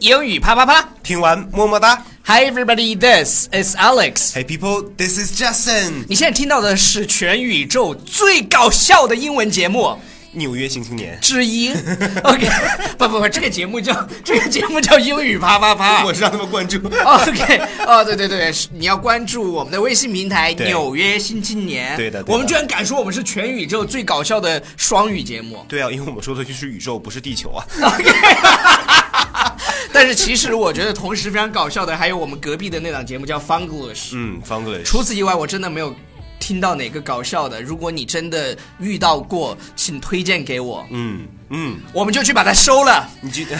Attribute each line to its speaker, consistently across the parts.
Speaker 1: 英语啪啪啪
Speaker 2: 听完么么哒
Speaker 1: ！Hi everybody, this is Alex。
Speaker 2: ，Hey people, this is Jason。
Speaker 1: 你现在听到的是全宇宙最搞笑的英文节目
Speaker 2: 纽约新青 年，
Speaker 1: 之 一。OK，不不不，这个节目叫这个节目叫英语啪啪啪。
Speaker 2: 我是让他们 关注。
Speaker 1: OK，哦，对对对，是你要关注我们的微信平台《
Speaker 2: 对
Speaker 1: 纽约新青年》。
Speaker 2: 对的对的
Speaker 1: 我们居然敢说我们是全宇宙最搞笑的双语节 目。
Speaker 2: 对啊，因为我们说的就是宇宙，不是地球 啊。
Speaker 1: 但是其实我觉得同时非常搞笑的还有我们隔壁的那档节目叫《Funglish》。
Speaker 2: 嗯，Funglish。
Speaker 1: 除此以外，我真的没有听到哪个搞笑的。如果你真的遇到过，请推荐给我，
Speaker 2: 嗯嗯，
Speaker 1: 我们就去把它收了。
Speaker 2: 你记得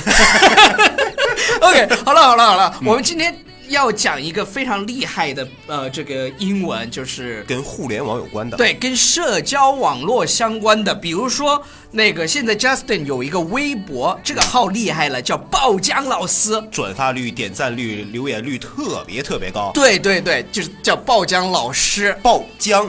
Speaker 1: OK，好了好了好了，
Speaker 2: 嗯
Speaker 1: 我们今天要讲一个非常厉害的呃这个英文，就是
Speaker 2: 跟互联网有关的。，
Speaker 1: 对，跟社交网络相关的，比如说那个现在 Justin 有一个微博，这个号厉害了，叫爆浆老师。
Speaker 2: 转发率、点赞率、留言率特别特别高。
Speaker 1: 对对对，就是叫爆浆老师，
Speaker 2: 爆浆，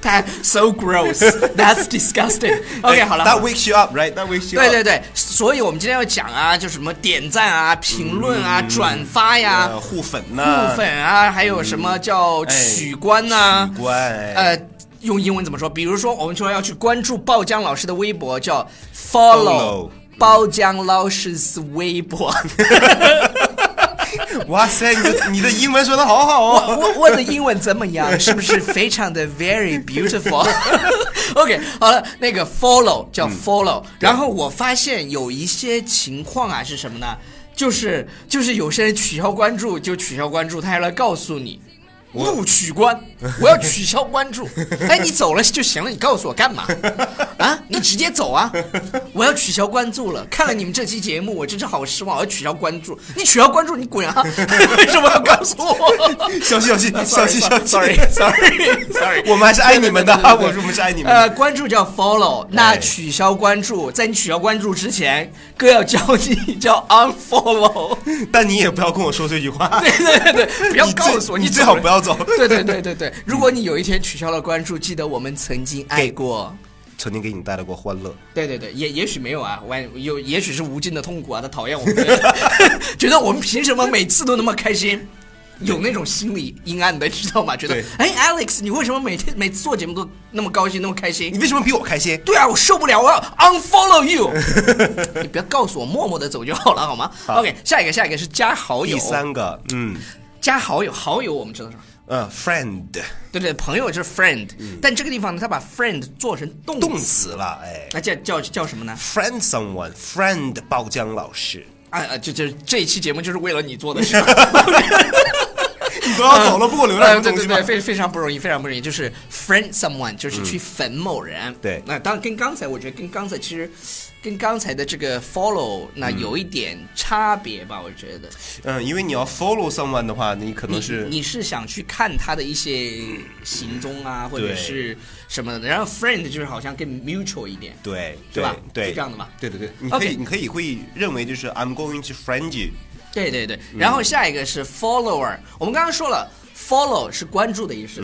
Speaker 1: 他 so gross，that's disgusting。OK，
Speaker 2: 哎
Speaker 1: 好了，
Speaker 2: ，That wakes you up, right? That wakes you up.
Speaker 1: 对对对，所以我们今天要讲啊，就什么点赞啊、评论啊、
Speaker 2: 嗯
Speaker 1: 转发呀、
Speaker 2: 呃，互粉
Speaker 1: 互、
Speaker 2: 呐，
Speaker 1: 粉啊，还有什么叫
Speaker 2: 哎
Speaker 1: 取关呐、
Speaker 2: 取关哎
Speaker 1: 呃，用英文怎么说？比如说，我们说要去关注爆浆老师的微博，叫 follow
Speaker 2: Follow
Speaker 1: 爆浆老师的微博。
Speaker 2: 哇塞，你的你的英文说的好 好
Speaker 1: 我
Speaker 2: 哦。
Speaker 1: 我我的英文怎么样？是不是非常的 very beautiful？OK，、好了，那个 follow 叫 follow，、然后我发现有一些情况啊是什么呢？就是就是有些人取消关注就取消关注，他还来告诉你。不取关，我要取消关注。哎，你走了就行了，你告诉我干嘛？啊，你直接走啊！我要取消关注了。看了你们这期节目，我真是好失望。我要取消关注，你取消关注，你滚啊！ 为什么要告诉我？
Speaker 2: 小心小 心小心小心
Speaker 1: sorry sorry，
Speaker 2: 我们还是爱你们的啊，
Speaker 1: 对
Speaker 2: 我
Speaker 1: 对对对对
Speaker 2: 说我们是爱你们 的。哎
Speaker 1: 呃，关注叫 follow，那取消关注，在你取消关注之前，哥要教你叫 unfollow。
Speaker 2: 但你也不要跟我说这句话。
Speaker 1: 对对对对，不要
Speaker 2: 你最
Speaker 1: 告诉我，
Speaker 2: 你
Speaker 1: 你
Speaker 2: 最好
Speaker 1: 走
Speaker 2: 不要走。
Speaker 1: 对对对对 对，如果你有一天取消了关注，记得我们曾经爱过。
Speaker 2: 曾经给你带来过欢乐，
Speaker 1: 对对对，也也许没有啊，我有也许是无尽的痛苦啊，他讨厌我们， 觉得我们凭什么每次都那么开心？有那种心理阴暗的，你知道吗？觉得
Speaker 2: 对
Speaker 1: 哎，Alex，你为什么每天每次做节目都那么高兴，那么开心
Speaker 2: 你？为什么比我开心？
Speaker 1: 对啊，我受不了，我要 unfollow you。你不要告诉我，默默的走就好了，好吗
Speaker 2: 好
Speaker 1: o k 下一个，下一个是加好友
Speaker 2: 第，三个，嗯
Speaker 1: 加好友，好友我们知道是吧？
Speaker 2: 呃，friend
Speaker 1: 对对，朋友就是 friend，、但这个地方呢，他把 friend 做成动
Speaker 2: 嗯动
Speaker 1: 词，
Speaker 2: 词了，哎
Speaker 1: 那叫叫叫什么呢？
Speaker 2: ，friend someone，friend 包浆老 师，
Speaker 1: 啊啊，就就这一期节目就是为了你 做的事。
Speaker 2: 你都要走了，不给我留点什
Speaker 1: 呃
Speaker 2: 么
Speaker 1: 对
Speaker 2: 东
Speaker 1: 对
Speaker 2: 西吗
Speaker 1: 对，？非非常不容易，非常不容易，就是 friend someone，就是去粉某人。
Speaker 2: 嗯对
Speaker 1: 那当然跟刚才，我觉得跟刚才其实，跟刚才的这个 follow 那有一点差别吧，我觉得。
Speaker 2: 嗯，因为你要 follow someone 的话，你可能
Speaker 1: 你
Speaker 2: 是
Speaker 1: 你是想去看他的一些行踪啊，或者
Speaker 2: 对
Speaker 1: 是什么的，然后 friend 就是好像更 mutual 一点，
Speaker 2: 对
Speaker 1: 是
Speaker 2: 对
Speaker 1: 吧
Speaker 2: 对
Speaker 1: 是这样的吧
Speaker 2: 对对对，你可
Speaker 1: OK
Speaker 2: 以你可以会认为就是 I'm going to friend you，
Speaker 1: 对对对，然后下一个是 follower，、我们刚刚说了，follow 是关注的意思、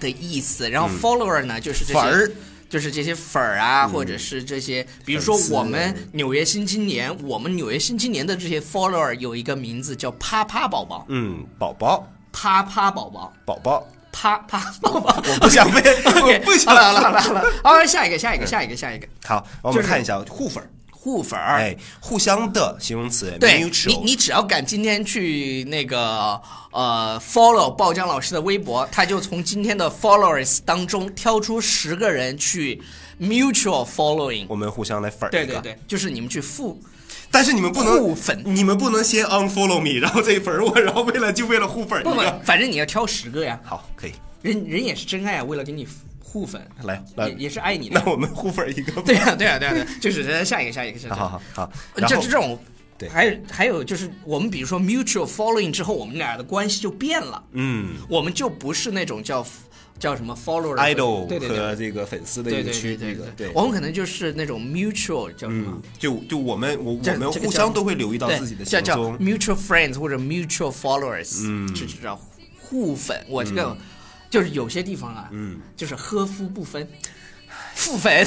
Speaker 1: 的意思，然后 follower 呢就是这些
Speaker 2: 嗯粉儿嗯
Speaker 1: 就是这些粉儿啊，或者是这些，比如说
Speaker 2: 粉丝
Speaker 1: 我们纽约新青年，我们纽约新青年的这些 follower 有一个名字叫啪啪宝宝，
Speaker 2: 嗯，宝宝
Speaker 1: 啪啪宝宝，
Speaker 2: 宝宝，
Speaker 1: 啪啪 宝宝，
Speaker 2: 我不想被
Speaker 1: OK，
Speaker 2: 我不
Speaker 1: 好
Speaker 2: 想
Speaker 1: 了好了好了好了，好，下一个下一个下一个下一个
Speaker 2: 好，我
Speaker 1: 就
Speaker 2: 们
Speaker 1: 是
Speaker 2: 看一下互粉儿，
Speaker 1: 互粉儿，
Speaker 2: 哎，互相的形容词
Speaker 1: 对你，
Speaker 2: ，mutual，
Speaker 1: 你只要敢今天去那个呃 follow 爆浆老师的微博，他就从今天的 followers 当中挑出十个人去 mutual following。
Speaker 2: 我们互相来粉儿
Speaker 1: 对
Speaker 2: 一个
Speaker 1: 对对，就是你们去互
Speaker 2: 但是你们不能
Speaker 1: 互粉
Speaker 2: 你们不能先 unfollow me，然后再粉我，然后为了就为了互粉
Speaker 1: 不
Speaker 2: 一
Speaker 1: 不
Speaker 2: 个。，
Speaker 1: 反正你要挑十个呀，
Speaker 2: 好，可以，
Speaker 1: 人人也是真爱啊，为了给你互粉，
Speaker 2: 来来
Speaker 1: 也，也是爱你的
Speaker 2: 那
Speaker 1: 呀。
Speaker 2: 我们互粉一个。
Speaker 1: 对呀、啊对呀、对呀、对呀、就是呃下一个下一个下一个。
Speaker 2: 好好好好，然
Speaker 1: 就
Speaker 2: 后
Speaker 1: 这种，
Speaker 2: 对
Speaker 1: 还有还有就是，我们比如说 mutual following 之后，我们俩的关系就变了，
Speaker 2: 嗯
Speaker 1: 我们就不是那种叫叫什么 follower
Speaker 2: ，idol
Speaker 1: 对对对
Speaker 2: 和这个粉丝的
Speaker 1: 对
Speaker 2: 一
Speaker 1: 对
Speaker 2: 个
Speaker 1: 对
Speaker 2: 区
Speaker 1: 对
Speaker 2: 别，对
Speaker 1: 对，我。们可能就是那种 mutual 叫什么
Speaker 2: 嗯？，就就我们我
Speaker 1: 这
Speaker 2: 我们
Speaker 1: 这个
Speaker 2: 互
Speaker 1: 叫
Speaker 2: 相都会留意到
Speaker 1: 对，
Speaker 2: 自己的
Speaker 1: 叫
Speaker 2: 行
Speaker 1: 叫嗯
Speaker 2: 踪，
Speaker 1: mutual friends 或者 mutual followers，嗯，这就叫
Speaker 2: 嗯
Speaker 1: 互粉。我这个就是有些地方啊，嗯，就是喝夫不分。互粉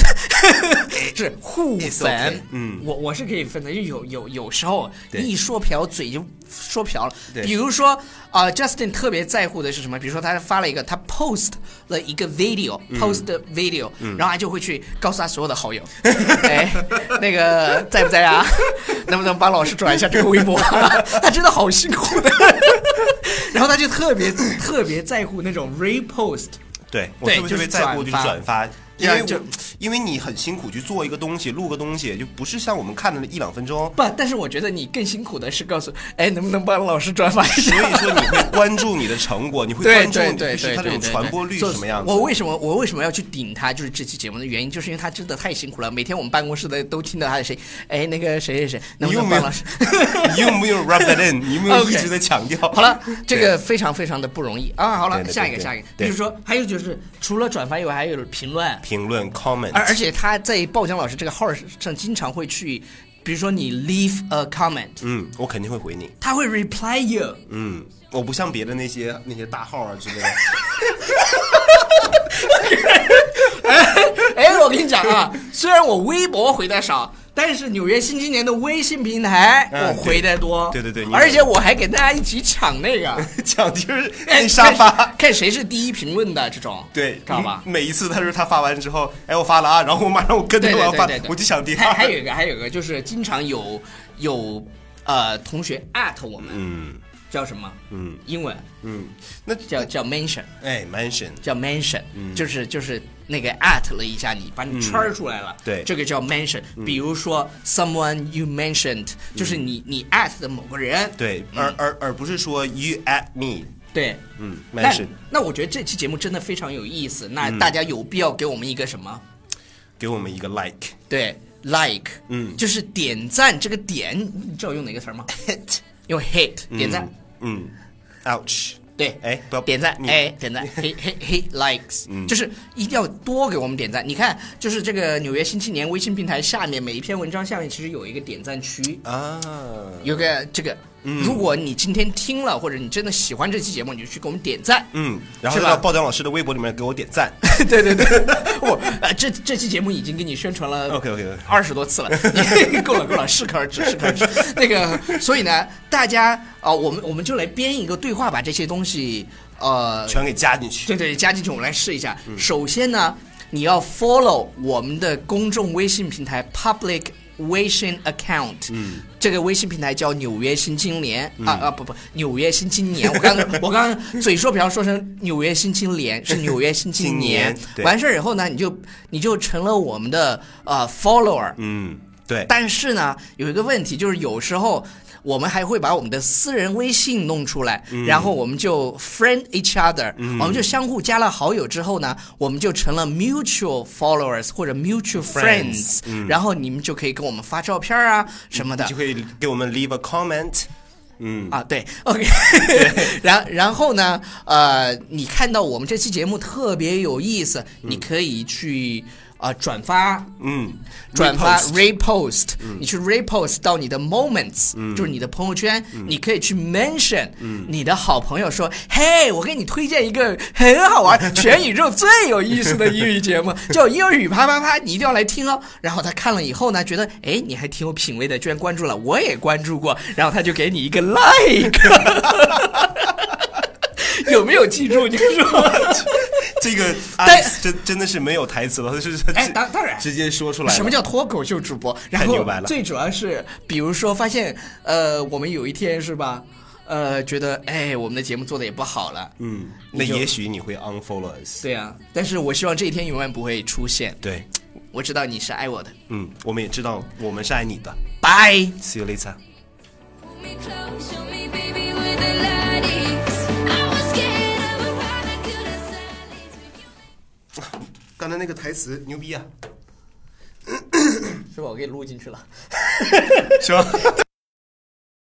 Speaker 1: 是互
Speaker 3: It's
Speaker 1: 粉
Speaker 3: okay，，
Speaker 2: 嗯
Speaker 1: 我我是可以分的，因为有有有时候
Speaker 3: 对
Speaker 1: 一说瓢嘴就说瓢了。
Speaker 3: 对
Speaker 1: 比如说啊、j u s t i n 特别在乎的是什么？比如说他发了一个，他 post 了一个
Speaker 3: 嗯
Speaker 1: video，post、video，、然后他就会去告诉他所有的好友， 哎，那个在不在啊？ 能不能帮老师转一下这个微博？ 他真的好辛苦的。 然后他就特别特别在乎那种 repost。
Speaker 2: 对，
Speaker 3: 我特别
Speaker 1: 就
Speaker 3: 特
Speaker 1: 是
Speaker 3: 别在乎就是
Speaker 1: 转发
Speaker 3: 转发，
Speaker 2: 因为
Speaker 1: 对就
Speaker 2: 我因为你很辛苦去做一个东西，录个东西，就不是像我们看的那一两 分钟。
Speaker 1: 不，但是我觉得你更辛苦的是告诉，哎，能不能帮老师转发一下
Speaker 2: 所？以说你会关注你的成果，你会
Speaker 1: 对
Speaker 2: 关注
Speaker 1: 对
Speaker 2: 你
Speaker 1: 对
Speaker 2: 就是
Speaker 1: 对，
Speaker 2: 它这种
Speaker 1: 对
Speaker 2: 传播率
Speaker 1: 对
Speaker 2: 是什么样子。
Speaker 1: 我为什么我为什么要去顶他？就是这期节目的原因，就是因为他真的太辛苦了。每天我们办公室的都听到他的声音，哎，那个谁谁谁，能
Speaker 2: 你
Speaker 1: 不
Speaker 2: 用
Speaker 1: 能帮
Speaker 2: 没有
Speaker 1: 老师？？
Speaker 2: 你用没有 rub that in？你有没有
Speaker 1: OK
Speaker 2: 一直在强调？
Speaker 1: 好了，这
Speaker 2: 对
Speaker 1: 个非常非常的不容易啊！好
Speaker 2: 对
Speaker 1: 了，
Speaker 2: 对
Speaker 1: 下一个
Speaker 2: 对
Speaker 1: 下一个，
Speaker 2: 对
Speaker 1: 就是说还有就是除了转发以外，还有评论，
Speaker 2: 评论 comment，
Speaker 1: 而而且他在爆浆老师这个号上经常会去，比如说你 leave a comment，
Speaker 2: 嗯，我肯定会回你。
Speaker 1: 他会 reply you。
Speaker 2: 嗯，我不像别的那些那些大号啊之类的，
Speaker 1: 哎，我跟你讲啊，虽然我微博回的少，但是纽约新青年的微信平台
Speaker 2: 嗯
Speaker 1: 我回的多。
Speaker 2: 对对对对你
Speaker 1: 而且我还给大家一起抢 那个
Speaker 2: 讲就是
Speaker 1: 哎
Speaker 2: 那沙发
Speaker 1: 看。看谁是第一评论的这种，
Speaker 2: 对，
Speaker 1: 知道吧？
Speaker 2: 嗯每一次他说他发完之后，哎，我发了啊，然后我马上我跟着
Speaker 1: 对
Speaker 2: 我
Speaker 1: 对
Speaker 2: 要
Speaker 1: 对
Speaker 2: 发
Speaker 1: 对，对，
Speaker 2: 我就想第
Speaker 1: 还
Speaker 2: 二。
Speaker 1: 还有一个，还有一个就是经常有有呃同学艾特我们，
Speaker 2: 嗯
Speaker 1: 叫什么？
Speaker 2: 嗯
Speaker 1: 英文
Speaker 2: 嗯，那
Speaker 1: 叫叫 mention，
Speaker 2: 哎 mention
Speaker 1: 叫 mention，、就是
Speaker 2: 嗯
Speaker 1: 就是那个 at 了一下你，把你圈儿出来了、
Speaker 2: 对
Speaker 1: 这个叫 mention、比如说 someone you mentioned，就是你你 at 的某个人。
Speaker 2: 嗯对，
Speaker 1: 嗯
Speaker 2: 而而而不是说 you at me，
Speaker 1: 对。
Speaker 2: 嗯
Speaker 1: 但
Speaker 2: ，mention
Speaker 1: 那我觉得这期节目真的非常有意思，那
Speaker 2: 嗯
Speaker 1: 大家有必要给我们一个什么？
Speaker 2: 给我们一个 like
Speaker 1: 对，like，
Speaker 2: 嗯
Speaker 1: 就是点赞这个点，你知道用哪个词儿吗？
Speaker 2: hit
Speaker 1: 用 hit 点赞，，
Speaker 2: 嗯嗯，ouch，
Speaker 1: 对，
Speaker 2: 哎不要
Speaker 1: 点赞，
Speaker 2: 你嗯
Speaker 1: 哎，点赞，嘿嘿嘿，likes，、就是一定要多给我们点赞。你看，就是这个《纽约新青年》微信平台下面每一篇文章下面其实有一个点赞区，
Speaker 2: 啊，
Speaker 1: 有个这个。
Speaker 2: 嗯
Speaker 1: 如果你今天听了，或者你真的喜欢这期节目，你就去给我们点赞。
Speaker 2: 嗯，然后
Speaker 1: 是吧
Speaker 2: 到爆浆老师的微博里面给我点赞，
Speaker 1: 对对对，我呃这这期节目已经给你宣传了
Speaker 2: OK，OK，OK
Speaker 1: 二十多次了， 够了够了，适可而止，适可而止。那个，所以呢，大家啊、我们我们就来编一个对话，把这些东西呃
Speaker 2: 全给加进去。
Speaker 1: 对对，加进去我们来试一下。首先呢，你要 follow 我们的公众微信平台 public 微信 account，嗯，这个微信平台叫纽约新青年、
Speaker 2: 嗯
Speaker 1: 啊啊不不，纽约新青年，我刚 我刚刚嘴说瓢说成纽约新青年，是纽约新青
Speaker 2: 青
Speaker 1: 年
Speaker 2: 年。对
Speaker 1: 完事儿以后呢，你就你就成了我们的呃 follower，
Speaker 2: 嗯，对，
Speaker 1: 但是呢，有一个问题就是有时候。我们还会把我们的私人微信弄出来，然后我们就 friend each other，、我们就相互加了好友之后呢，我们就成了 mutual followers 或者 mutual friends，, 然后你们就可以跟我们发照片啊什么的。
Speaker 2: 就会给我们 leave a comment。嗯，
Speaker 1: 啊，对，OK，然然后呢，呃，你看到我们这期节目特别有意思，你可以去呃转发，
Speaker 2: 嗯，
Speaker 1: 转发
Speaker 2: repost
Speaker 1: repost，你去 repost 到你的 moments，就是你的朋友圈，你可以去 mention 你的好朋友说，嘿，我给你推荐一个很好玩、全宇宙最有意思的英语节目，叫英语啪啪啪，你一定要来听哦。然后他看了以后呢，觉得，哎，你还挺有品味的，居然关注了，我也关注过，然后他就给你一个 like。有没有记住？你说
Speaker 2: 这 个
Speaker 1: 但
Speaker 2: Alex 真真的是没有台词了，他是
Speaker 1: 哎当当然
Speaker 2: 直接说出来了
Speaker 1: 什么叫脱口秀主播？然
Speaker 2: 太
Speaker 1: 后
Speaker 2: 牛掰了
Speaker 1: 最主要是，比如说发现，呃，我们有一天是吧，呃，觉得哎，我们的节目做的也不好了，
Speaker 2: 嗯，那也许你会 unfollow us。
Speaker 1: 对啊，但是我希望这一天永远不会出现。
Speaker 2: 对，
Speaker 1: 我知道你是爱我的，
Speaker 2: 嗯，我们也知道我们是爱你的。
Speaker 1: 拜。
Speaker 2: See you later.
Speaker 4: Hold me close, show me, baby, where the light is. I was scared of a rabbit, could have silence.
Speaker 2: 刚才那个台词牛逼啊，
Speaker 1: 是吧？我给你录进去了。
Speaker 2: 是吧？